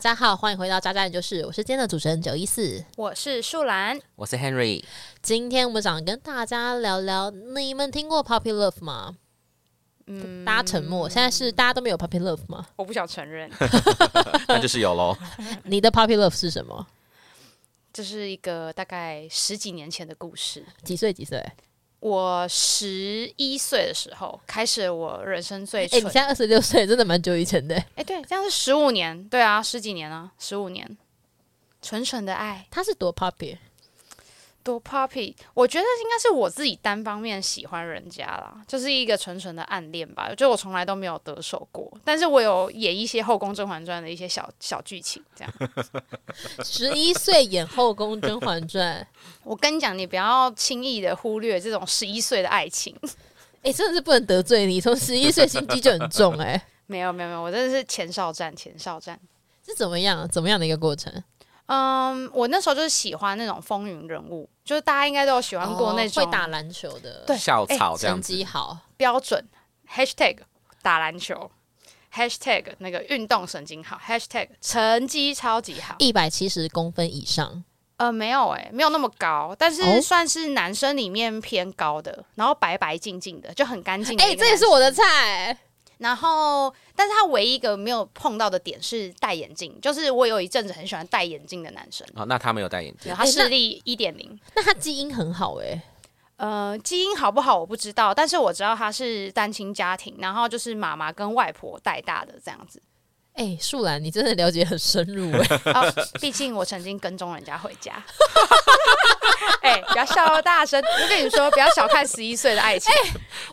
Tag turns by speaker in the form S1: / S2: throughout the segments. S1: 家好，欢迎回到渣渣研究室，我是今天的主持人九一四。
S2: 我是树兰，
S3: 我是 Henry，
S1: 今天我们想跟大家聊聊，你们听过 Puppy Love 吗？
S2: 嗯，
S1: 大家沉默，现在是大家都没有 Puppy Love 吗？
S2: 我不想承 认，
S3: 那就是有喽。
S1: 你的 Puppy Love 是什么？
S2: 这是一个大概十几年前的故事。
S1: 几岁？几岁？哎、
S2: 我十一岁的时候开始我人生最蠢，
S1: 你现在二十六岁，真的蛮久以前的。
S2: 哎对，这样是十五年，对啊，十几年啊，十五年，蠢蠢的爱，
S1: 他是多 Puppy，
S2: 多 puppy，我觉得应该是我自己单方面喜欢人家啦，就是一个纯纯的暗恋吧。就我从来都没有得手过，但是我有演一些《后宫甄嬛传》的一些小小剧情，这样。
S1: 十一岁演后宫《甄嬛传》
S2: 我跟你讲，你不要轻易的忽略这种十一岁的爱情。
S1: 哎，真的是不能得罪你，从十一岁心机就很重哎、
S2: 没有没有没有，我真的是前哨战，前哨战。
S1: 是怎么样？怎么样的一个过程？
S2: 嗯，我那时候就是喜欢那种风云人物，就是大家应该都有喜欢过那
S1: 哦
S2: 种
S1: 会打篮球的，
S2: 对
S3: 校草这样
S1: 哎成
S3: 子
S1: 绩，好，
S2: 标准 #hashtag 打篮球 #hashtag 那个运动神经好 #hashtag 成绩超级好。
S1: 一百七十公分以上。
S2: 呃，没有诶、没有那么高，但
S1: 哦
S2: 是算是男生里面偏高的，然后白白净净的，就很干净。
S1: 哎、这也是我的。菜。
S2: 然后，但是他唯一一个没有碰到的点是戴眼镜，就是我有一阵子很喜欢戴眼镜的男生，
S3: 哦，那他没有戴眼镜
S2: 然，后他
S1: 哎那
S2: 视力一点零。
S1: 那他基因很好哎、
S2: 呃，基因好不好我不知道，但是我知道他是单亲家庭，然后就是妈妈跟外婆带大的这样子。
S1: 哎、树兰，你真的了解很深 入哎、
S2: 啊，毕竟我曾经跟踪人家回家。 哎、不要笑得大声！我跟你说，不要小看十一岁的爱情。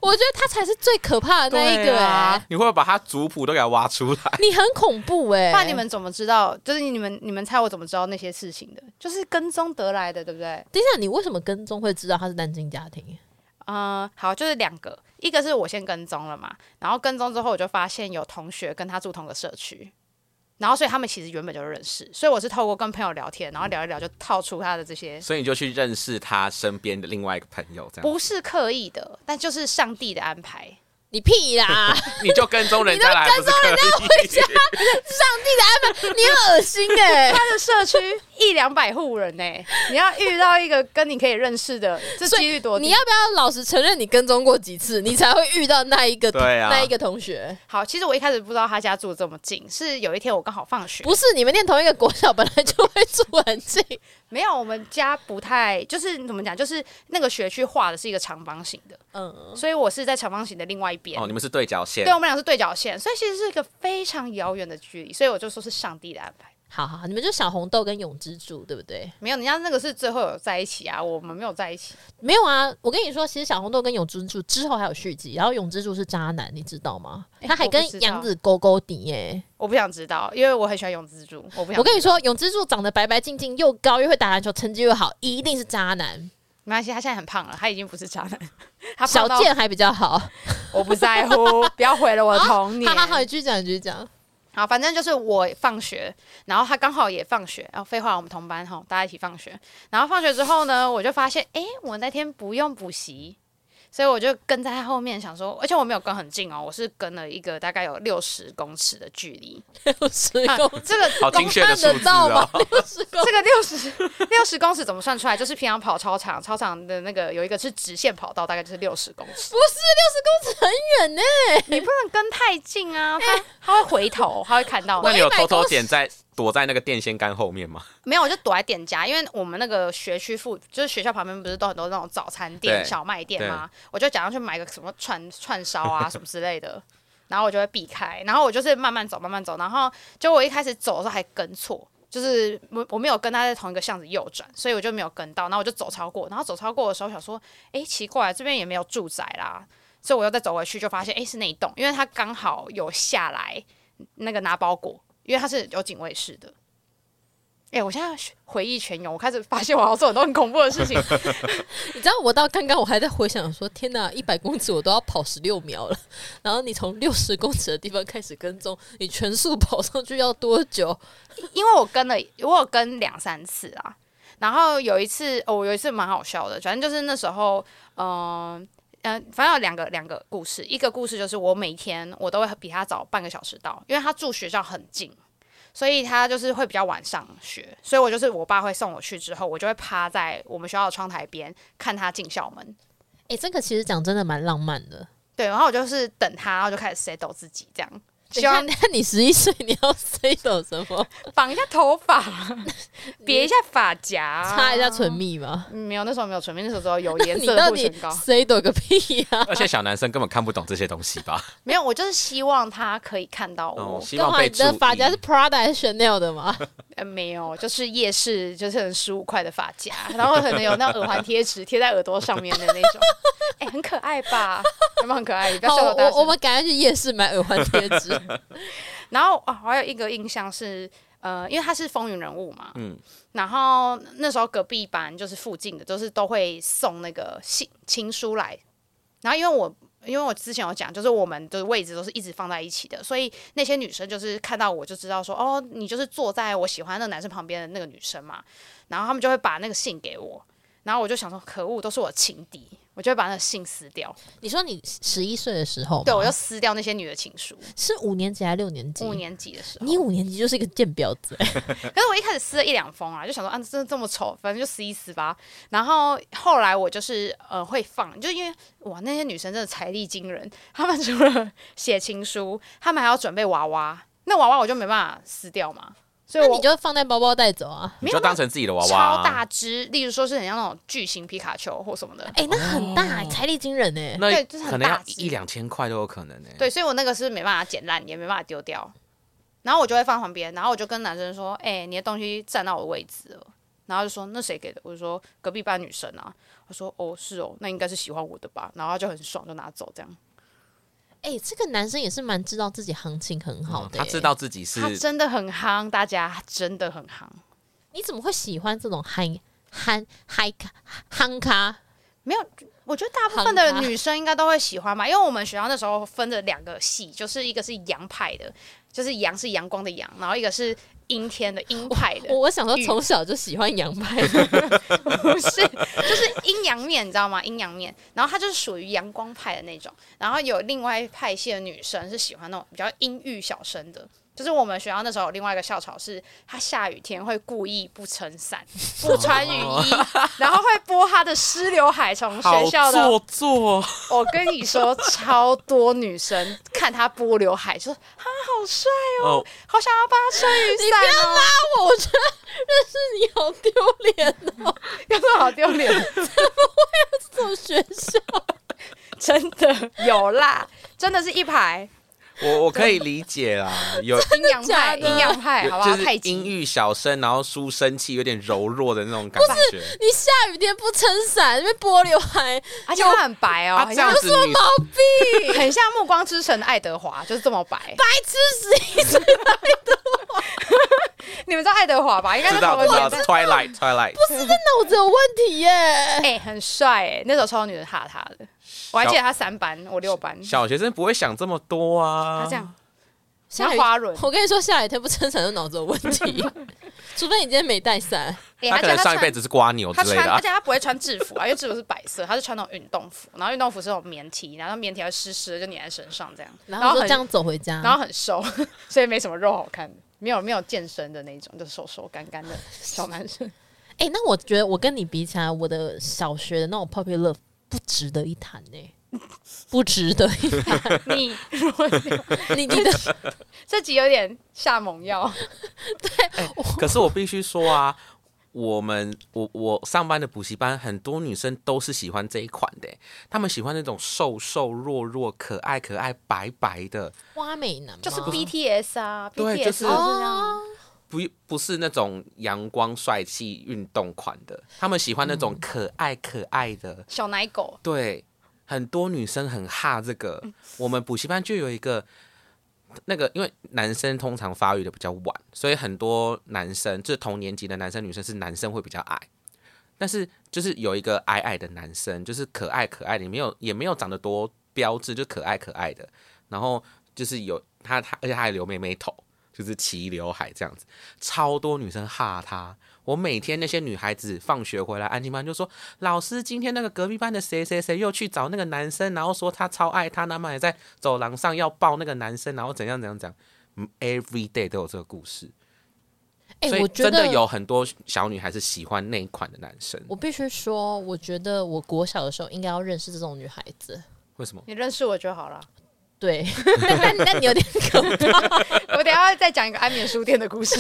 S1: 我觉得他才是最可怕的那一个
S2: 对
S1: 哎、
S2: 啊
S3: 你会不会把他族谱都给他挖出来？
S1: 你很恐怖哎、
S2: 不然你们怎么知道？就是你们，你们猜我怎么知道那些事情的？就是跟踪得来的，对不对？
S1: 等一下，你为什么跟踪会知道他是单亲家庭？
S2: 嗯，好，就是两个，一个是我先跟踪了嘛，然后跟踪之后我就发现有同学跟他住同个社区，然后所以他们其实原本就认识，所以我是透过跟朋友聊天，然后聊一聊就套出他的这些，
S3: 所以你就去认识他身边的另外一个朋友，
S1: 啊
S3: 这样
S2: 不是刻意的，但就是上帝的安排。
S1: 你屁 啦！
S3: 你就跟踪人家来，不是可以？
S1: 你很恶心哎、
S2: 他的社区一两百户人呢、你要遇到一个跟你可以认识的，这
S1: 所以
S2: 几率多低？
S1: 你要不要老实承认你跟踪过几次，你才会遇到那一个、
S3: 对啊
S1: 那一个同学？
S2: 好，其实我一开始不知道他家住得这么近，是有一天我刚好放学，
S1: 不是，你们念同一个国小，本来就会住很近。
S2: 没有，我们家不太就是怎么讲，就是那个学区画的是一个长方形的，
S1: 嗯，
S2: 所以我是在长方形的另外一边。
S3: 哦，你们是对角线
S2: 对，我们俩是对角线，所以其实是一个非常遥远的距离，所以我就说是上帝的安排。
S1: 好好，好你们就小红豆跟永之助，对不对？
S2: 没有，人家那个是最后有在一起啊，我们没有在一起。
S1: 没有啊，我跟你说，其实小红豆跟永之助之后还有续集，然后永之助是渣男，你知道吗？
S2: 哎
S1: 他还跟
S2: 我不知道
S1: 杨子勾勾底耶、
S2: 我不想知道，因为我很喜欢永之助，我不想。
S1: 我跟你，说，永之助长得白白净净，又高又会打篮球，成绩又好，一定是渣男。
S2: 没关系，他现在很胖了，他已经不是渣男， 他胖
S1: 小
S2: 到
S1: 健还比较好。啊
S2: 我不在乎，不要毁了我的童 年。
S1: 好好好，你继续讲，你继续讲。
S2: 好，反正就是我放学，然后他刚好也放学，然哦后废话，我们同班哈，大家一起放学。然后放学之后呢，我就发现，诶，我那天不用补习，所以我就跟在他后面，想说，而且我没有跟很近哦，我是跟了一个大概有六十公尺的距离，
S1: 六十
S2: 啊
S1: 公
S2: 这个
S3: 好 精确的数
S1: 看得
S3: 字
S1: 到吗
S3: 哦。
S1: 六十公
S2: 这个六十六十公尺怎么算出来？就是平常跑操场，操场的那个有一个是直线跑道，大概就是六十公尺，
S1: 尺很远呢、
S2: 你不能跟太 近啊，他他会回头，他会看到你。
S3: 那你有偷偷点在躲在那个电线杆后面吗？
S2: 没有，我就躲在店家，因为我们那个学区附就是学校旁边不是都很多那种早餐店、
S3: 对
S2: 小卖店吗？我就假装去买个什么串串烧啊什么之类的，然后我就会避开，然后我就是慢慢走，慢慢走，然后就我一开始走的时候还跟错。就是我我没有跟他在同一个巷子右转，所以我就没有跟到，然后我就走超过，然后走超过的时候想说，诶，奇怪，这边也没有住宅啦，所以我又再走回去，就发现诶是那一栋，因为他刚好有下来那个拿包裹，因为他是有警卫室的，哎、我现在回忆全涌，我开始发现我要做很多很恐怖的事情。
S1: 你知道我到刚刚我还在回想说，天哪，一百公尺我都要跑十六秒了。然后你从六十公尺的地方开始跟踪，你全速跑上去要多久？
S2: 因为我跟了，我有跟两三次啊。然后有一次，哦，我有一次蛮好笑的，反正就是那时候，嗯、呃，反正有两个两个故事，一个故事就是我每天我都会比他早半个小时到，因为他住学校很近，所以他就是会比较晚上学，所以我就是我爸会送我去之后，我就会趴在我们学校的窗台边看他进校门，
S1: 哎、这个其实讲真的蛮浪漫的。
S2: 对，然后我就是等他，然后就开始 settle 自己这样，
S1: 你
S2: 希望
S1: 看，那你十一岁，你要 say 到什么？
S2: 绑一下头发， 别一下发夹，啊
S1: 擦一下唇蜜吗？
S2: 嗯。没有，那时候没有 唇蜜，那时候只有有颜
S1: 你
S2: 色的
S1: 到
S2: 护
S1: 底
S2: 唇膏。
S1: say 到个屁呀、
S3: 而且小男生根本看不懂这些东西吧？
S2: 没有，我就是希望他可以看到我。
S3: 哦，希
S1: 干
S3: 望
S1: 嘛？
S3: 被
S1: 你
S3: 注
S1: 的
S3: 意。
S1: 发夹是 Prada 还是 Chanel 的吗？
S2: 呃，没有，就是夜市，就是十五块的发夹， 然后可能有那种耳环贴纸贴在耳朵上面的那 种，哎、很可爱吧？ 哦有没有很可爱？你不要
S1: 好，
S2: 笑到大
S1: 我我
S2: 声。
S1: 们赶快去夜市买耳环贴纸。
S2: 然后啊，还有一个印象是，呃，因为他是风云人物嘛，
S3: 嗯
S2: 然后那时候隔壁班就是附近的，就是都会送那个信情书来。然后因为我因为我之前有讲，就是我们的位置都是一直放在一起的，所以那些女生就是看到我就知道说，哦，你就是坐在我喜欢的男生旁边的那个女生嘛。然后他们就会把那个信给我，然后我就想说，可恶，都是我的情敌，我就会把那个信撕掉。
S1: 你说你十一岁的时候吗，
S2: 对，我就撕掉那些女的情书。
S1: 是五年级还是六年级？
S2: 五。年级的时候，
S1: 你五年级就是一个贱婊子、欸，
S2: 可是我一开始撕了一两封啊，就想说啊，真的这么丑，反正就撕一撕吧。然后后来我就是呃会放，就因为哇那些女生真的财力惊人，她们除了写情书，她们还要准备娃娃，那娃娃我就没办法撕掉嘛，所以
S1: 那
S2: 我
S1: 你就放在包包带走啊。
S3: 你就当成自己的娃娃、啊
S2: 超大只，例如说是很像那种巨型皮卡丘或什么的。
S1: 哎、那很大、
S2: 哦
S1: 欸，财力惊人哎、
S3: 那
S2: 对就是很
S3: 可能要
S2: 大只
S3: 一两千块都有可能呢、欸。
S2: 对，所以我那个是没办法剪烂，也没办法丢掉。然后我就会放旁边，然后我就跟男生说：“哎、你的东西占到我的位置了。”然后就说：“那谁给的？”我就说：“隔壁班女生啊。”他说：“哦，是哦，那应该是喜欢我的吧？”然后他就很爽，就拿走这样。
S1: 哎、这个男生也是蛮知道自己行情很好的、欸
S3: 哦嗯他知道自己是
S2: 他真的很夯，大家他真的很夯。
S1: 你怎么会喜欢这种憨憨嗨咖憨咖？
S2: 没有，我觉得大部分的
S1: 夯他
S2: 女生应该都会喜欢吧，因为我们学校那时候分了两个系，就是一个是洋派的，就是阳是阳光的阳，然后一个是阴天的阴派的。
S1: 我我想说，从小就喜欢 洋派，
S2: 不是，就是阴阳面，你知道吗？阴阳面，然后她就是属于阳光派的那种，然后有另外一派系的女生是喜欢那种比较阴郁小生的。就是我们学校那时候有另外一个校草是，她下雨天会故意不撑伞、不穿雨衣，然后会拨她的湿刘海从学校的。哎
S3: 做作，
S2: 我跟你说，超多女生看她拨刘海，就说啊，好帅哦
S3: 哦，
S2: 好想要帮她撑雨伞哦，
S1: 我我觉得认识你好丢脸哦，
S2: 有 没有好丢脸？
S1: 这种学校。
S2: 真的有啦，真的是一排。
S3: 我我可以理解 啦，有
S2: 阴阳派，
S1: 假的
S2: 阴阳派，好不好？
S3: 就是
S2: 太
S3: 阴
S2: 极。
S3: 郁小生，然后书生气，有点柔弱的那种感觉。
S1: 你下雨天不撑伞，那边拨刘海，
S2: 而且他很白哦，
S3: 啊，
S2: 很
S3: 这
S2: 像
S3: 样子你
S1: 毛病，
S2: 很像《暮光之城》的爱德华，就是这么白。
S1: 白痴死！
S2: 你们知道爱德华吧？应该是
S3: 知道
S2: 同一
S3: 知
S2: 个
S3: 道
S2: 年代。
S3: ，Twilight Twilight，
S1: 不是这脑子有问题耶。
S2: 哎，很帅哎，那时候超多女人哈他的，我还记得他三班，我六班。
S3: 小学生不会想这么多啊。
S2: 他这样，
S1: 下雨
S2: 像花轮
S1: 我跟你说，下雨天不撑伞就脑子有问题，除非你今天没带伞。
S2: 哎
S3: 他可能上一辈子是瓜牛
S2: 他
S3: 之类
S2: 穿，
S3: 的啊
S2: 而且。他不会穿制服啊，因为制服是白色，他是穿那种运动服，然后运动服是那种棉 T，然后棉 T 还湿湿的就粘在身上这样，
S1: 然后就
S2: 很
S1: 这样啊走回家，
S2: 然后很瘦， 所以没什么肉好看的，没有没有健身的那种，就瘦瘦干干的小 男生。
S1: 哎、那我觉得我跟你比起来，我的小学的那种 puppy love 不值得一谈呢、不值得一谈。
S2: 你如果
S1: 你你的
S2: 这集有点下猛药，
S3: 可是我必须说啊，我们我我上班的补习班，很多女生都是喜欢这一款的欸、她们喜欢那种瘦瘦弱弱、可爱可爱、白白的，
S1: 花美男吗
S2: 就是 BTS 啊
S3: 对
S2: ，BTS
S3: 就
S2: 就是是这
S1: 哦
S2: 样。，
S3: 不不是那种阳光帅气运动款的，她们喜欢那种可爱可爱的。
S2: 小奶狗，
S3: 对，很多女生很哈这个。我们补习班就有一个那个，因为男生通常发育的比较晚，所以很多男生就是同年级的男生女生是男生会比较矮。但是就是有一个矮矮的男生，就是可爱可爱的，也没有也没有长得多标致，就可爱可爱的。然后就是有他他，而且他还留妹妹头，就是齐刘海这样子，超多女生哈他。我每天那些女孩子放学回来，安静班就说：“老师，今天那个隔壁班的谁谁谁又去找那个男生，然后说他超爱他，他们还在走廊上要抱那个男生，然后怎样怎样怎样。”嗯，every day 都有这个故事，
S1: 哎、
S3: 所以
S1: 我觉
S3: 真的
S1: 得
S3: 有很多小女孩是喜欢那一款的男生。
S1: 我必须说，我觉得我国小的时候应该要认识这种女孩子。
S3: 为什么？
S2: 你认识我就好了。
S1: 对， 但但但你有点可
S2: 我等一下再讲一个安眠书店的故事。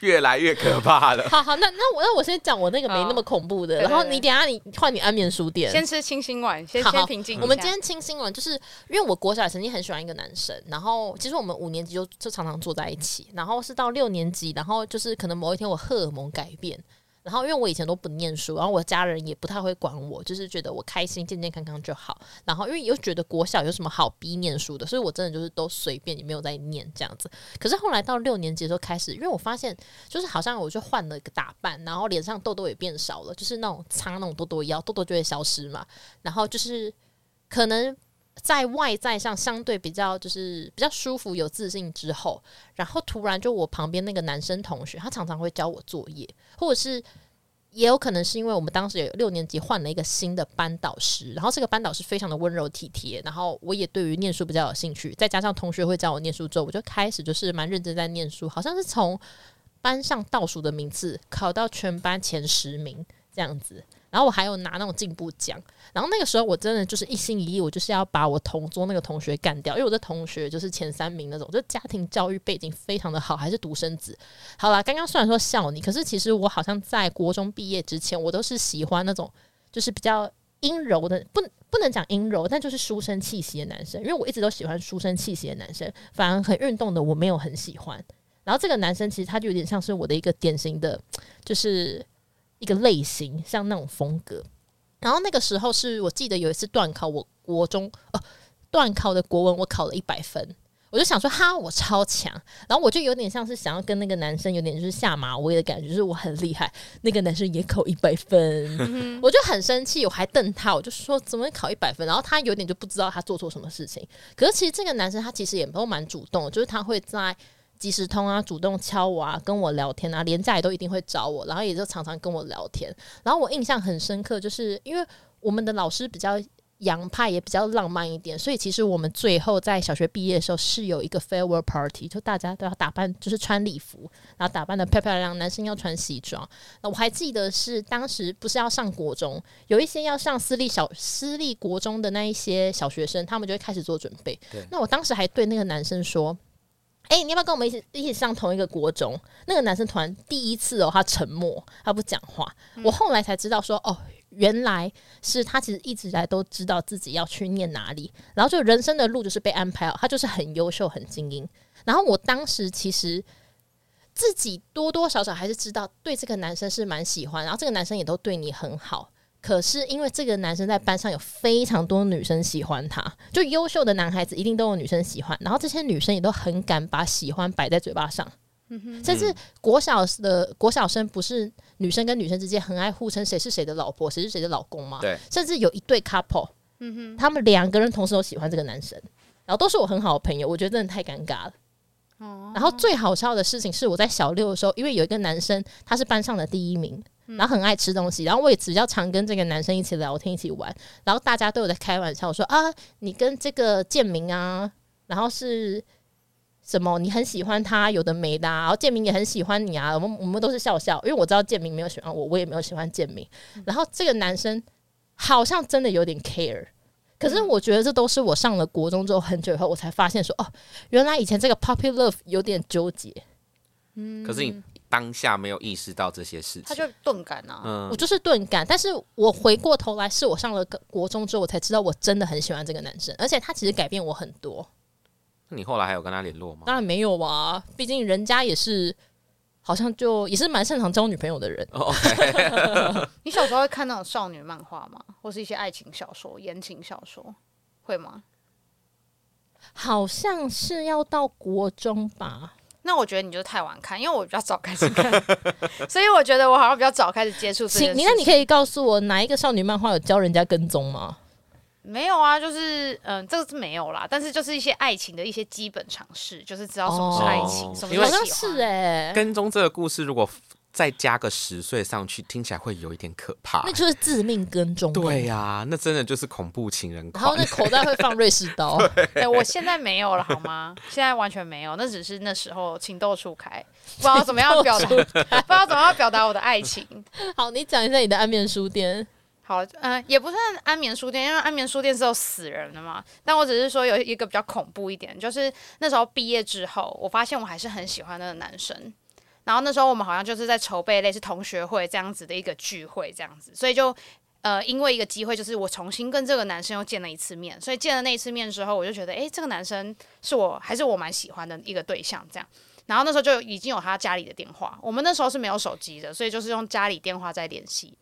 S3: 越来越可 怕了。
S1: 好好，那那我那我先讲我那个没那么恐怖的，
S2: 好
S1: 然后
S2: 对对对
S1: 你等一下你换你安眠书店。
S2: 先吃清心丸，先
S1: 好
S2: 先平静一下。
S1: 我们今天清新闻，就是呃因为我国小也曾经很喜欢一个男生，然后其实我们五年级就就常常坐在一起，然后是到六年级，然后呃就是可能某一天我荷尔蒙改变，然后因为我以前都不念书，然后我家人也不太会管我，就是觉得我开心健健康康就好，然后因为又觉得国小有什么好逼念书的，所以我真的就是都随便，也没有在念这样子。可是后来到六年级的时候开始，因为我发现就是好像我就换了一个打扮，然后脸上痘痘也变少了，就是那种擦那种痘痘药，痘痘就会消失嘛。然后就是可能在外在上相对比较就是比较舒服、有自信之后，然后突然就我旁边那个男生同学，他常常会教我作业，或者是。也有可能是因为我们当时有六年级换了一个新的班导师，然后这个班导师非常的温柔体贴，然后我也对于念书比较有兴趣，再加上同学会教我念书之后，我就开始就是蛮认真在念书，好像是从班上倒数的名次考到全班前十名这样子。然后我还有拿那种进步奖， 然后那个时候我真的就是一心一意，我就是要把我同桌那个同学干掉，因为我的同学就是前三名那种，就家庭教育背景非常的好，还是独生子。好啦，刚刚虽然说笑你，可是其实我好像在国中毕业之前，我都是喜欢那种就是比较阴柔的，不不能讲阴柔，但就是书生气息的男生，因为我一直都喜欢书生气息的男生，反而很运动的我没有很喜欢。然后这个男生其实他就有点像是我的一个典型的，就是一个类型，像那种风格。然后那个时候是我记得有一次段考，我国中哦、段考的国文我考了一百分，我就想说哈我超强，然后我就有点像是想要跟那个男生有点就是下马威的感觉，就是我很厉害，那个男生也考一百分，我就很生气，我还瞪他，我就说怎么会考一百分？然后他有点就不知道他做错什么事情，可是其实这个男生他其实也都蛮主动的，就是他会在。即时通啊，主动敲我啊，跟我聊天啊，连假也都一定会找我，然后也就常常跟我聊天。然后我印象很深刻，就是因为我们的老师比较洋派，也比较浪漫一点，所以其实我们最后在小学毕业的时候是有一个 farewell party，就大家都要打扮，就是穿礼服，然后打扮的漂漂亮亮，男生要穿西装。那我还记得是当时不是要上国中，有一些要上私立小私立国中的那一些小学生，他们就会开始做准备
S3: 对。
S1: 那我当时还对那个男生说。哎、你要不要跟我们一起一起上同一个国中？那个男生突然第一次哦，他沉默，他不讲话。我后来才知道说，哦，原来是他其实一直以来都知道自己要去念哪里，然后就人生的路就是被安排好，他就是很优秀、很精英。然后我当时其实自己多多少少还是知道对这个男生是蛮喜欢，然后这个男生也都对你很好。可是因为这个男生在班上有非常多女生喜欢他，就优秀的男孩子一定都有女生喜欢，然后这些女生也都很敢把喜欢摆在嘴巴上。甚至国小的国小生不是女生跟女生之间很爱互称谁是谁的老婆，谁是谁的老公吗？
S3: 对，
S1: 甚至有一对 couple，、他们两个人同时都喜欢这个男生，然后都是我很好的朋友，我觉得真的太尴尬了。然后最好笑的事情是，我在小六的时候，因为有一个男生他是班上的第一名，然后很爱吃东西，然后我也比较常跟这个男生一起聊天、一起玩，然后大家都有在开玩笑说啊，你跟这个建明啊，然后是什么？你很喜欢他，有的没的、啊，然后建明也很喜欢你啊，我们我们都是笑笑，因为我知道建明没有喜欢我，我也没有喜欢建明，然后这个男生好像真的有点 care。可是我觉得这都是我上了国中之后很久以后，我才发现说哦，原来以前这个 puppy love 有点纠结，嗯
S3: 可是你当下没有意识到这些事
S2: 他
S3: 情，
S2: 就钝感啊。
S1: 我就是钝感。但是我回过头来，是我上了个国中之后，我才知道我真的很喜欢这个男生，而且他其实改变我很多。
S3: 那你后来还有跟他联络吗？
S1: 当然没有啊，毕竟人家也是好像就也是蛮擅长交女朋友的人。
S3: 哦，OK，
S2: 你小时候会看那种少女漫画吗？或是一些爱情小说、言情小说，会吗？
S1: 好像是要到国中吧，
S2: 那我觉得你就是太晚看，因为我比较早开始看， 所以我觉得我好像比较早开始接触这件
S1: 请
S2: 事
S1: 你
S2: 情。
S1: 那你可以告诉我哪一个少女漫画有教人家跟踪吗？
S2: 没有啊？就是嗯，这个是没有啦，但是就是一些爱情的一些基本常识，就是知道什么是爱情，
S3: 哦
S2: 什么
S3: 因为
S1: 好
S2: 是
S1: 像
S2: 喜欢
S1: 是哎、
S3: 跟踪这个故事如果再加个十岁上去，听起来会有一点可怕
S1: 那。就是致命跟踪。
S3: 对，呀、那真的就是恐怖情人
S1: 然后
S3: 款
S1: 那。口袋会放瑞士 刀，
S2: 哎、我现在没有了好吗？现在完全没有，那只是那时候情窦初开，不知道怎么样表达，不知道怎么样表达我的爱情。
S1: 好，你讲一下你的暗面书店。
S2: 好，嗯、也不算安眠书店，因为安眠书店是有死人的嘛。但我只是说有一个比较恐怖一点，就是那时候毕业之后，我发现我还是很喜欢那个男生。然后那时候我们好像就是在筹备类似同学会这样子的一个聚会，这样子，所以就呃，因为一个机会，就是我重新跟这个男生又见了一次面，所以见了那一次面之后，我就觉得，诶，这个男生是我还是我蛮喜欢的一个对象，这样。然后那时候就已经有他家里的电话，我们那时候是没有手机的，所以就是用家里电话在联系。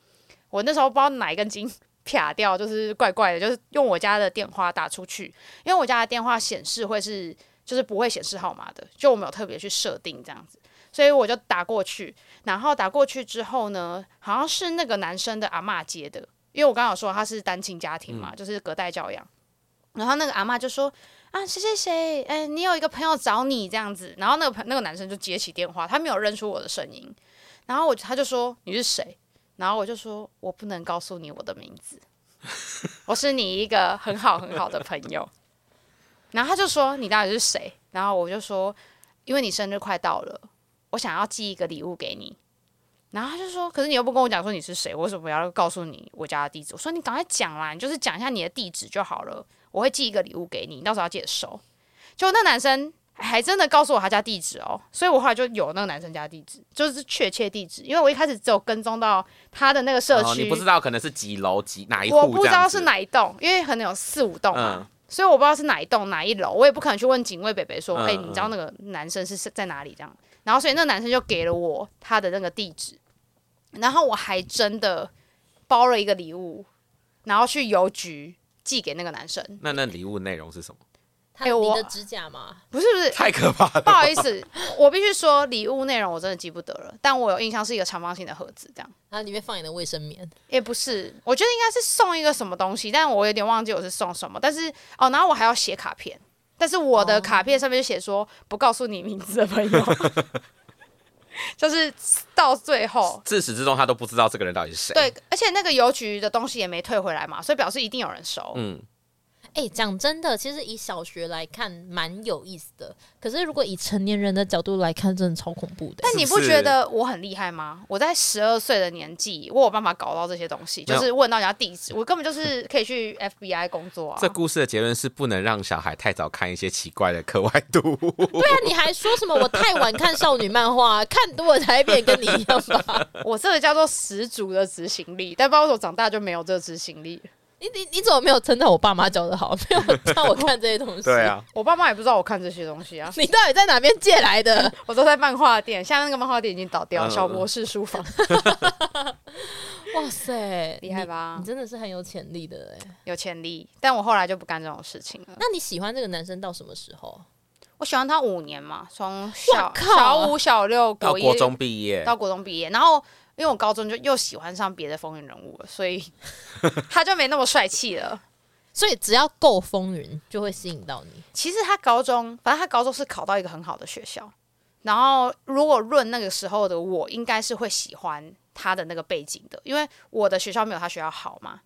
S2: 我那时候不知道哪一根筋 撇掉，就是怪怪的，就是用我家的电话打出去，因为我家的电话显示会是就是不会显示号码的，就我没有特别去设定这样子，所以我就打过去，然后打过去之后呢，好像是那个男生的阿嬷接的，因为我刚刚有说他是单亲家庭嘛，就是隔代教养，然后那个阿嬷就说。啊，谁谁谁，哎、你有一个朋友找你这样子，然后那个朋那个男生就接起电话，他没有认出我的声音，然后我他就说你是谁，然后我就说，我不能告诉你我的名字， 我是你一个很好很好的朋友。 然后他就说，你到底是谁？然后我就说，因为你生日快到了，我想要寄一个礼物给你。然后他就说，可是你又不跟我讲说你是谁，我为什么要告诉你我家的地址？我说你赶快讲啦，你就是讲一下你的地址就好了，我会寄一个礼物给你，你到时候要记得收。就那男生还真的告诉我他家地址哦，所以我后来就有那个男生家地址，就是确切地址，因为我一开始只有跟踪到他的那个社
S3: 哦，
S2: 区，
S3: 你不知道可能是几楼几哪一户，
S2: 我不知道是。哪一栋，因为可能有四五栋嘛，
S3: 嗯
S2: 所以我不知道是哪一栋哪一楼，我也不可能去问警卫北北说，
S3: 嗯
S2: 哎、你知道那个男生是是在哪里这样？然后所以那个男生就给了我他的那个地址，然后我还真的包了一个礼物，然后去邮局寄给那个男生。
S3: 那那礼物内容是什么？
S1: 他
S2: 哎
S1: 你
S2: 我
S1: 的指甲嘛，
S2: 不是不是，
S3: 太可怕
S2: 不
S3: 了！
S2: 好意思，我必须说礼物内容我真的记不得了，但我有印象是一个长方形的盒子这样。
S1: 然后里面放你的卫生棉，
S2: 也不是，我觉得应该是送一个什么东西，但我有点忘记我是送什么。但是哦，然后我还要写卡片，但是我
S3: 哦
S2: 的卡片上面就写说不告诉你名字的 朋友，就是到最后。
S3: 自始至终他都不知道这个人到底是谁。，
S2: 对，而且那个邮局的东西也没退回来嘛，所以表示一定有人收。
S3: 嗯，
S1: 哎、讲真的，其实以小学来看蛮有意思的，可是如果以成年人的角度来看，真的超恐怖的、
S2: 但你
S3: 是不
S2: 不
S3: 是
S2: 觉得我很厉害吗？我在十二岁的年纪，我有办法搞到这些东西，就
S3: 没
S2: 是问到人家地址，我根本就是可以去 FBI 工作啊。
S3: 这故事的结论是不能让小孩太早看一些奇怪的课外读物。
S1: 对啊，你还说什么我太晚看少女漫画，啊 看多了才变跟你一样吧？
S2: 我这个叫做十足的执行力，但不知道为什么长大就没有这个执行力。
S1: 你你你怎么没有称赞我爸妈教的好， 没有让我看这些东西？
S3: 对，啊，
S2: 我爸妈也不知道我看这些东西啊，
S1: 你到底在哪边借来的？
S2: 我都在漫画店，现在那个漫画店已经倒掉了，
S3: 嗯
S2: 小博士 书房，
S1: 哇 塞，
S2: 厉害吧
S1: 你？真的是很有潜力的哎、
S2: 有潜力。但我后来就不干这种事情了。
S1: 那你喜欢这个男生到什么时候？
S2: 我喜欢他五年嘛，从小
S1: 哇靠
S2: 小五、小六、
S3: 到
S2: 一
S3: 国中毕业，
S2: 到国中毕业，然后因为我高中就又喜欢上别的风云人物了，所以 他就没那么帅气了。
S1: 所以只要够风云，就会吸引到你。
S2: 其实他高中，反正他高中是考到一个很好的学校，然后如果论那个时候的我，应该是会喜欢他的那个背景的，因为我的学校没有他学校好嘛，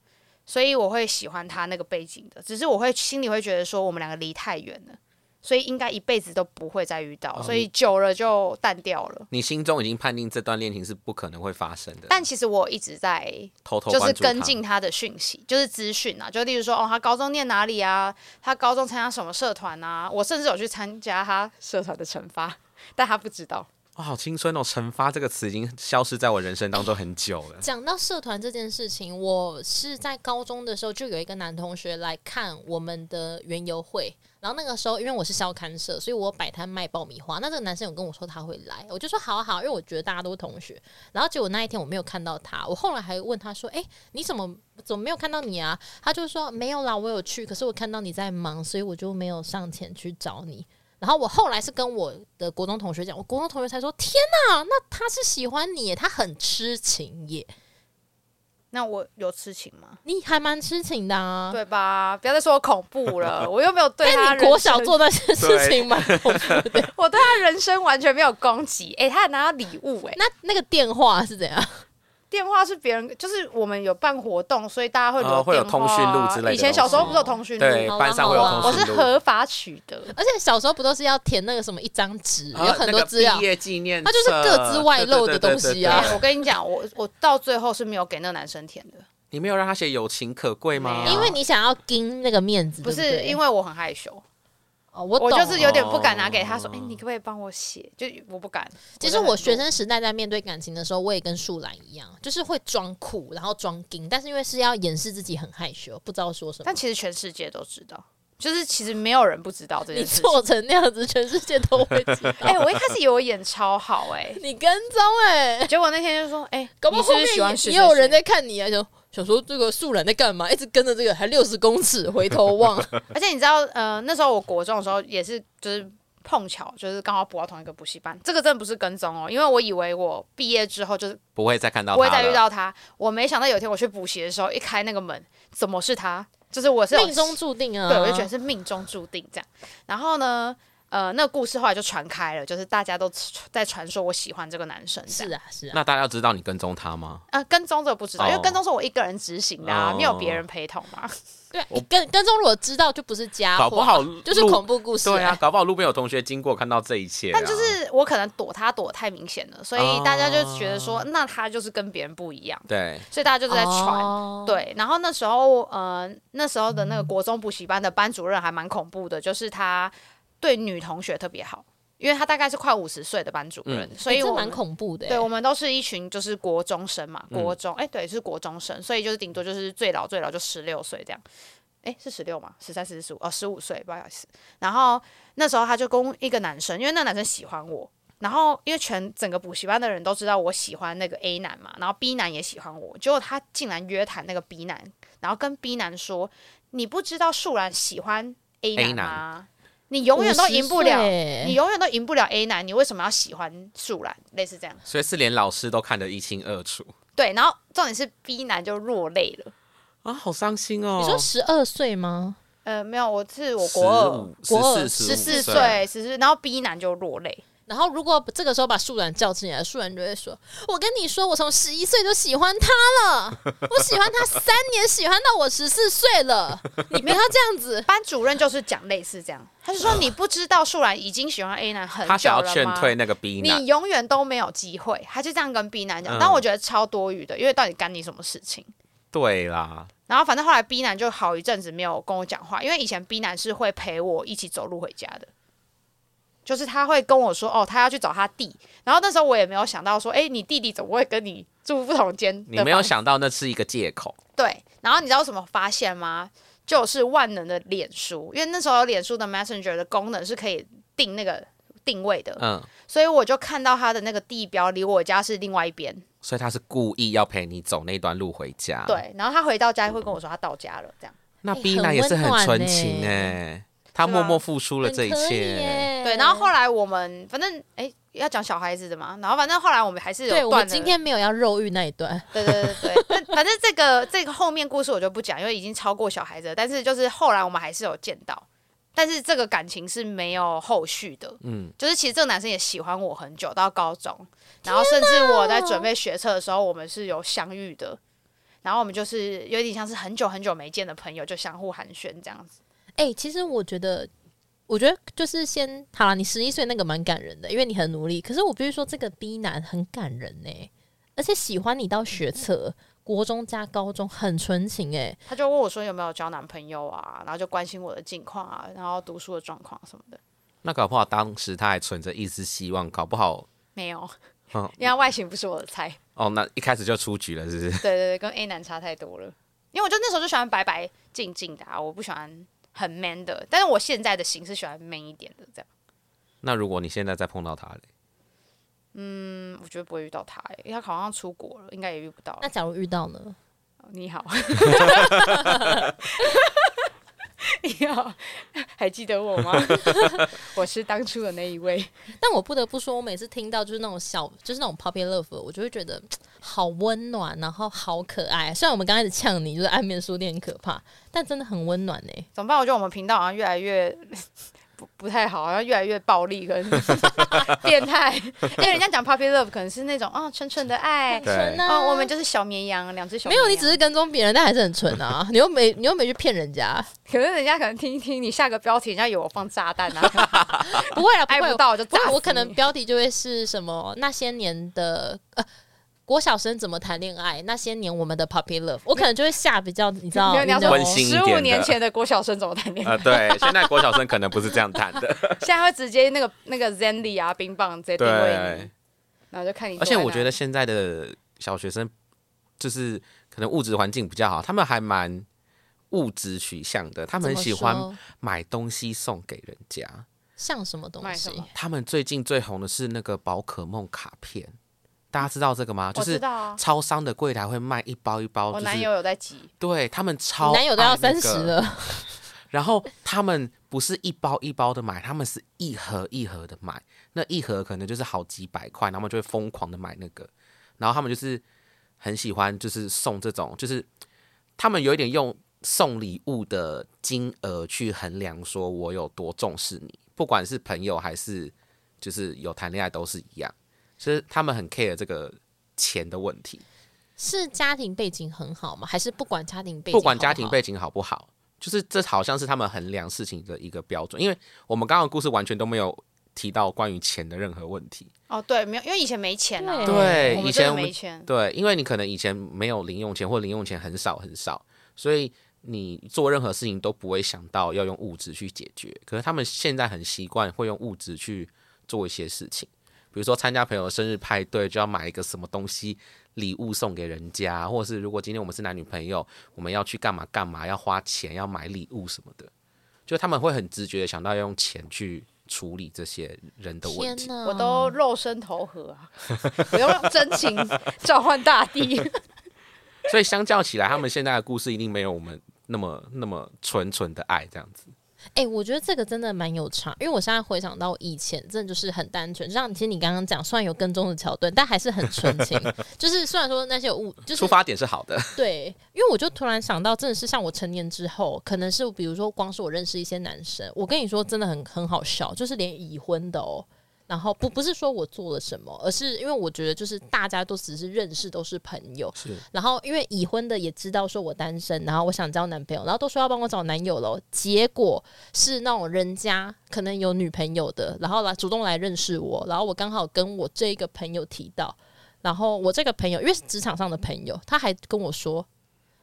S2: 所以我会喜欢他那个背景的。只是我会心里会觉得说，我们两个离太远了，所以应该一辈子都不会再遇到，所以久了就淡掉了。
S3: 你心中已经判定这段恋情是不可能会发生的，
S2: 但其实我一直在
S3: 偷偷
S2: 就是
S3: 关注他
S2: 跟进他的讯息，就是资讯啊，就例如说，哦，他高中念哪里啊？他高中参加什么社团啊？我甚至有去参加他社团的惩罚，但他不知道。
S3: 哇、好青春哦！惩罚这个词已经消失在我人生当中很久 了。
S1: 讲到社团这件事情，我是在高中的时候就有一个男同学来看我们的园游会，然后那个时候因为我是校刊社，所以我摆摊卖爆米花。那这个男生有跟我说他会来，我就说好啊好啊，因为我觉得大家都是同学。然后结果那一天我没有看到他，我后来还问他说：“诶，你怎么怎么没有看到你啊？”他就说：“没有啦，我有去，可是我看到你在忙，所以我就没有上前去找你。”然后我后来是跟我的国中同学讲，我国中同学才说：“天呐，那他是喜欢你耶，他很痴情耶。”
S2: 那我有痴情吗？
S1: 你还蛮痴情的啊。
S2: 对吧？不要再说我恐怖了，我又没有对他
S1: 但
S2: 人
S1: 你国
S2: 生
S1: 小做那些事情蛮恐怖的。
S2: 我对他人生完全没有攻击。哎、他还拿到礼物、哎，
S1: 那那个电话是怎样？
S2: 电话是别人，就是我们有办活动，所以大家会留、
S3: 哦会有通讯录之类的
S2: 以前小时候不是有
S1: 东
S2: 通讯录，
S3: 对，
S1: 好啦啊
S3: 班上会有
S1: 好啦
S2: 我
S3: 通
S2: 是
S3: 讯录。
S2: 合法取得。
S1: 而且小时候不都是要填那个什么一张纸，
S3: 啊
S1: 有很多资
S3: 那
S1: 料
S3: 个毕。业纪念册，
S1: 它就是各自外露的东西啊
S3: 对对对对
S2: 哎我跟你讲，我我到最后是没有给那个男生填的，
S3: 你没有让他写友情可贵吗？
S1: 因为你想要盯那个面子，
S2: 啊不
S1: 对
S2: 是
S1: 对
S2: 因为我很害羞，
S1: 哦，我
S2: 我
S1: 懂哦
S2: 就是有点不敢拿给他说，哎、你可不可以帮我写？就我不敢。
S1: 其
S2: 真
S1: 实
S2: 的
S1: 我
S2: 很
S1: 学
S2: 弱
S1: 生时代在面对感情的时候，我也跟树懒一样，就是会装酷，然后装硬，但是因为是要掩饰自己很害羞，不知道说什么
S2: 但。其实全世界都知道，就是其实没有人不知道这
S1: 你
S2: 件事情。
S1: 做成那样子，全世界都会知 道。
S2: 哎、我一开始以为我演超好 哎、
S1: 你跟踪哎、
S2: 结果那天就说，哎、
S1: 搞不
S2: 你
S1: 好
S2: 是
S1: 后
S2: 不
S1: 面
S2: 是喜欢
S1: 也
S2: 谁
S1: 也有人
S2: 谁
S1: 在看你啊，想想说这个树懒在干嘛，一直跟着这个，还六十公尺回头 望。
S2: 谁，而且你知道，呃，那时候我国中的时候也是，就是碰巧，就是刚好补到同一个补习班，这个真的不是跟踪哦，因为我以为我毕业之后就是
S3: 不会再看到
S2: 不
S3: 他
S2: 会
S3: 了。
S2: 再遇到他，我没想到有一天我去补习的时候，一开那个门，怎么是他？就是我是有
S1: 命中注定啊！
S2: 对，我就觉得是命中注定这样。然后呢，呃，那个故事后来就传开了，就是大家都在传说我喜欢这个男生这样。
S1: 是啊，是啊。
S3: 那大家要知道你跟踪他吗？
S2: 啊，跟踪这个不知道，因为
S3: 哦
S2: 跟踪是我一个人执行的啊，
S3: 哦啊
S2: 没有别人陪同嘛。
S1: 对，你跟跟踪如果知道就不是家伙，
S3: 搞不好
S1: 就是
S3: 路
S1: 恐怖故事、
S3: 对啊，，搞不好路边有同学经过看到这一切、啊。
S2: 但就是我可能躲他躲得太明显了，所以大家就觉得
S3: 哦
S2: 说，那他就是跟别人不一样，
S3: 对，
S2: 所以大家就是在传。
S1: 哦，
S2: 对，然后那时候，呃，那时候的那个国中补习班的班主任还蛮恐怖的，就是他对女同学特别好，因为他大概是快五十岁的班主任，
S3: 嗯
S2: 所以
S1: 这
S2: 我
S1: 蛮
S2: 们
S1: 恐怖的欸。
S2: 对，我们都是一群就是国中生嘛，
S3: 嗯
S2: 国中哎、对，是国中生，所以就是顶多就是最老最老就十六岁这样。哎，是十六吗？十三、十四、十五哦，十五岁，不好意思。然后那时候他就跟一个男生，因为那男生喜欢我，然后因为全整个补习班的人都知道我喜欢那个 A 男嘛，然后 B 男也喜欢我，结果他竟然约谈那个 B 男，然后跟 B 男说：“你不知道树兰喜欢 A
S3: A
S2: 男
S3: 男
S2: 吗？你永远都赢不
S1: 50
S2: 了
S1: 岁
S2: 你永远都赢不了 A 男，你为什么要喜欢树懒？类似这样。
S3: 所以是连老师都看得一清二楚
S2: 对，然后重点是 B 男就落泪了。
S3: 啊，好伤心哦。
S1: 你说十二岁吗？
S2: 呃，没有，我是我国二
S3: 15，
S1: 国二
S3: 14 15
S2: 十四
S3: 岁，
S2: 岁，十四，然后 B 男就落泪。
S1: 然后如果这个时候把树懒叫起来，树懒就会说：“我跟你说，我从十一岁就喜欢他了，我喜欢他三年，喜欢到我十四岁了， 你不要这样子。”
S2: 班主任就是讲类似这样，他就说你不知道树兰已经喜欢 A 男很
S3: 啊他
S2: 久
S3: 想
S2: 了
S3: 要
S2: 吗？
S3: 劝退那个 B 男
S2: 你，永远都没有机会，他就这样跟 B 男讲，
S3: 嗯
S2: 但我觉得超多余的，因为到底干你什么事情？
S3: 对啦，
S2: 然后反正后来 B 男就好一阵子没有跟我讲话，因为以前 B 男是会陪我一起走路回家的，就是他会跟我说哦，他要去找他弟，然后那时候我也没有想到说，哎，你弟弟怎么会跟你住不同间？
S3: 你没有想到那是一个借口，
S2: 对，然后你知道什么发现吗？就是万能的脸书，因为那时候脸书的 Messenger 的功能是可以定那个定位的，
S3: 嗯，
S2: 所以我就看到他的那个地标离我家是另外一边，
S3: 所以他是故意要陪你走那段路回家。，
S2: 对，然后他回到家会跟我说他到家了，这样。
S3: 那
S1: 哎
S3: B
S1: 很
S3: 男也是
S1: 温暖
S3: 很纯情
S1: 呢
S3: 哎、他
S2: 欸是
S3: 默
S2: 吗
S3: 默付出了这一
S1: 很可以
S3: 切。欸
S1: 耶
S2: 对，然后后来我们反正哎、要讲小孩子的嘛，然后反正后来我们还是有
S1: 对我
S2: 断
S1: 们
S2: 了。
S1: 今天没有要肉欲那一段，
S2: 对对对对，但反正这个这个后面故事我就不讲，因为已经超过小孩子了。但是就是后来我们还是有见到，但是这个感情是没有后续的。嗯，就是其实这个男生也喜欢我很久，到高中，然后甚至我在准备学车的时候，我们是有相遇的。然后我们就是有点像是很久很久没见的朋友，就相互寒暄这样子。
S1: 哎、其实我觉得，我觉得就是先好了，你十一岁那个蛮感人的，因为你很努力。可是我必须说，这个 B 男很感人呢、而且喜欢你到学测、国中加高中，很纯情哎、
S2: 他就问我说有没有交男朋友啊，然后就关心我的近况啊，然后读书的状况什么的。
S3: 那搞不好当时他还存着一丝希望，搞不好
S2: 没有
S3: 嗯，
S2: 因为他外形不是我的菜。
S3: 哦，那一开始就出局了，是不 是？
S2: 对对对，跟 A 男差太多了。因为我就那时候就喜欢白白净净的、啊，我不喜欢很 man 的。但是我现在的型是喜欢 man 一点的，这样，
S3: 那如果你现在再碰到他嘞，
S2: 嗯，我觉得不会遇到他、欸，因为他好像出国了，应该也遇不到了
S1: 那假如遇到呢？
S2: 你好，你好，还记得我吗？ 我是当初的那一位。
S1: 但我不得不说，我每次听到就是那种小，就是那种 puppy love，我就会觉得好温暖，然后好可爱。虽然我们刚开始呛你，就是暗面书店很可怕，但真的很温暖呢、
S2: 怎么办？我觉得我们频道好像越来越 不不太好，好像越来越暴力跟 变态。因为人家讲 puppy love 可能是那种哦纯纯的爱，
S3: 对
S1: 纯啊、
S2: 哦我们就是小绵羊，两只小
S1: 没
S2: 绵
S1: 有，
S2: 羊
S1: 你只是跟踪别人，但还是很蠢啊！ 你又没，你又没去骗人家，
S2: 可是人家可能听一听，你下个标题人家以为我放炸弹啊，
S1: 不会啦，不
S2: 挨
S1: 会
S2: 不，到我就
S1: 不
S2: 炸死
S1: 会
S2: 你。
S1: 我可能标题就会是什么那些年的呃。国小生怎么谈恋爱？那些年我们的 puppy love，我可能就会下比较，你知道
S2: 没有你要
S3: 温馨一
S2: 十
S3: 点的
S2: 五年前的郭晓生怎么谈恋 爱？
S3: 呃，对，现在国小生可能不是这样谈 的，
S2: 现在会直接那个那个 Zenly 啊冰棒直接定位
S3: 对
S2: 你，。然后就看你。
S3: 而
S1: 啊
S3: 且我觉得，现在的小学生，就是可能物质环境比较好，他们还蛮物质取向的，他们很喜
S1: 怎么
S3: 欢
S1: 说
S3: 买东西送给人家。
S1: 像什么东
S2: 买
S1: 西
S2: 什么？
S3: 他们最近最红的是那个宝可梦卡片，大家知道这个吗？就
S2: 我知
S3: 是
S2: 道啊，
S3: 超商的柜台会卖一包一包，
S2: 我
S3: 就
S2: 男
S3: 是
S2: 友有在集，
S3: 对他们超
S1: 你男友都要
S3: 爱那
S1: 三
S3: 个
S1: 十。了，
S3: 然后他们不是一包一包的买，他们是一盒一盒的买，那一盒可能就是好几百块，然后他们就会疯狂的买那个，然后他们就是很喜欢，就是送这种，就是他们有一点用送礼物的金额去衡量，说我有多重视你，不管是朋友还是就是有谈恋爱都是一样，其实他们很 care 这个钱的问题，
S1: 是家庭背景很好吗？还是不管家庭背景好好？
S3: 不管家庭背景好不好，就是这好像是他们衡量事情的一个标准。因为我们刚刚的故事完全都没有提到关于钱的任何问题。
S2: 哦，对，没有，因为以前没钱啊，
S3: 对
S2: 我们真
S3: 以前
S2: 的
S3: 我们
S2: 没钱，
S3: 对，因为你可能以前没有零用钱，或零用钱很少很少，所以你做任何事情都不会想到要用物质去解决。可是他们现在很习惯会用物质去做一些事情，比如说参加朋友的生日派对就要买一个什么东西礼物送给人家，或者是如果今天我们是男女朋友，我们要去干嘛干嘛，要花钱要买礼物什么的，就他们会很直觉的想到要用钱去处理这些人的问
S1: 天
S3: 题。
S1: 哪，
S2: 我都肉身投河啊， 我用真情召唤大地。
S3: 所以相较起来，他们现在的故事一定没有我们那么那么纯纯的爱这样子。
S1: 哎、我觉得这个真的蛮有差，因为我现在回想到以前，真的就是很单纯，就像其实你刚刚讲，虽然有跟踪的桥段，但还是很纯情。就是虽然说那些有误，就是
S3: 出发点是好的，
S1: 对，因为我就突然想到，真的是像我成年之后，可能是比如说，光是我认识一些男生，我跟你说真的很很好笑，就是连已婚的哦。然后不不是说我做了什么，而是因为我觉得就是大家都只是认识，都是朋友。
S3: 是
S1: 然后因为已婚的也知道说我单身，然后我想交男朋友，然后都说要帮我找男友了，结果是那种人家可能有女朋友的，然后来主动来认识我，然后我刚好跟我这一个朋友提到，然后我这个朋友因为是职场上的朋友，他还跟我说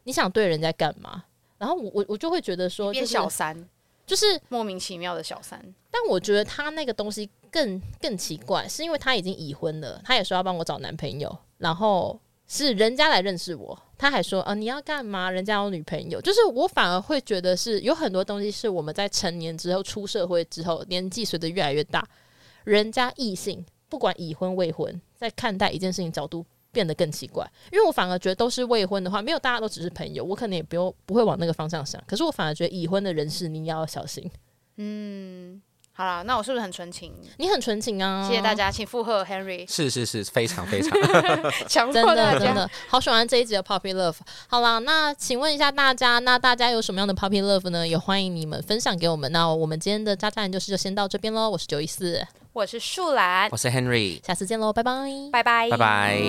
S1: 你想对人家干嘛？然后我我 我就会觉得说，就
S2: 变
S1: 是
S2: 小三，
S1: 就是，
S2: 莫名其妙的小三，
S1: 但我觉得他那个东西更更奇怪，是因为他已经已婚了，他也说要帮我找男朋友，然后是人家来认识我，他还说啊你要干嘛？人家有女朋友，就是我反而会觉得是有很多东西是我们在成年之后、出社会之后，年纪随着越来越大，人家异性不管已婚未婚，在看待一件事情角度。变得更奇怪，因为我反而觉得都是未婚的话，没有大家都只是朋友，我可能也不用不会往那个方向想。可是我反而觉得已婚的人士，你也要小心。
S2: 嗯。好啦，那我是不是很纯情？
S1: 你很纯情啊！
S2: 谢谢大，家，请附和 Henry，
S3: 是是是，非常 非常。
S2: 强
S1: 真
S2: 迫大
S1: 的
S2: 家
S1: 真的好喜欢这一集的 Puppy Love。好啦，那请问一下大家，那大家有什么样的 Puppy Love 呢？也欢迎你们分享给我们。那我们今天的渣渣研究室就先到这边喽，我是九一四，
S2: 我是树懒
S3: 我，是 Henry，
S1: 哎下次见喽，拜拜。
S2: 拜拜，
S3: 拜。拜。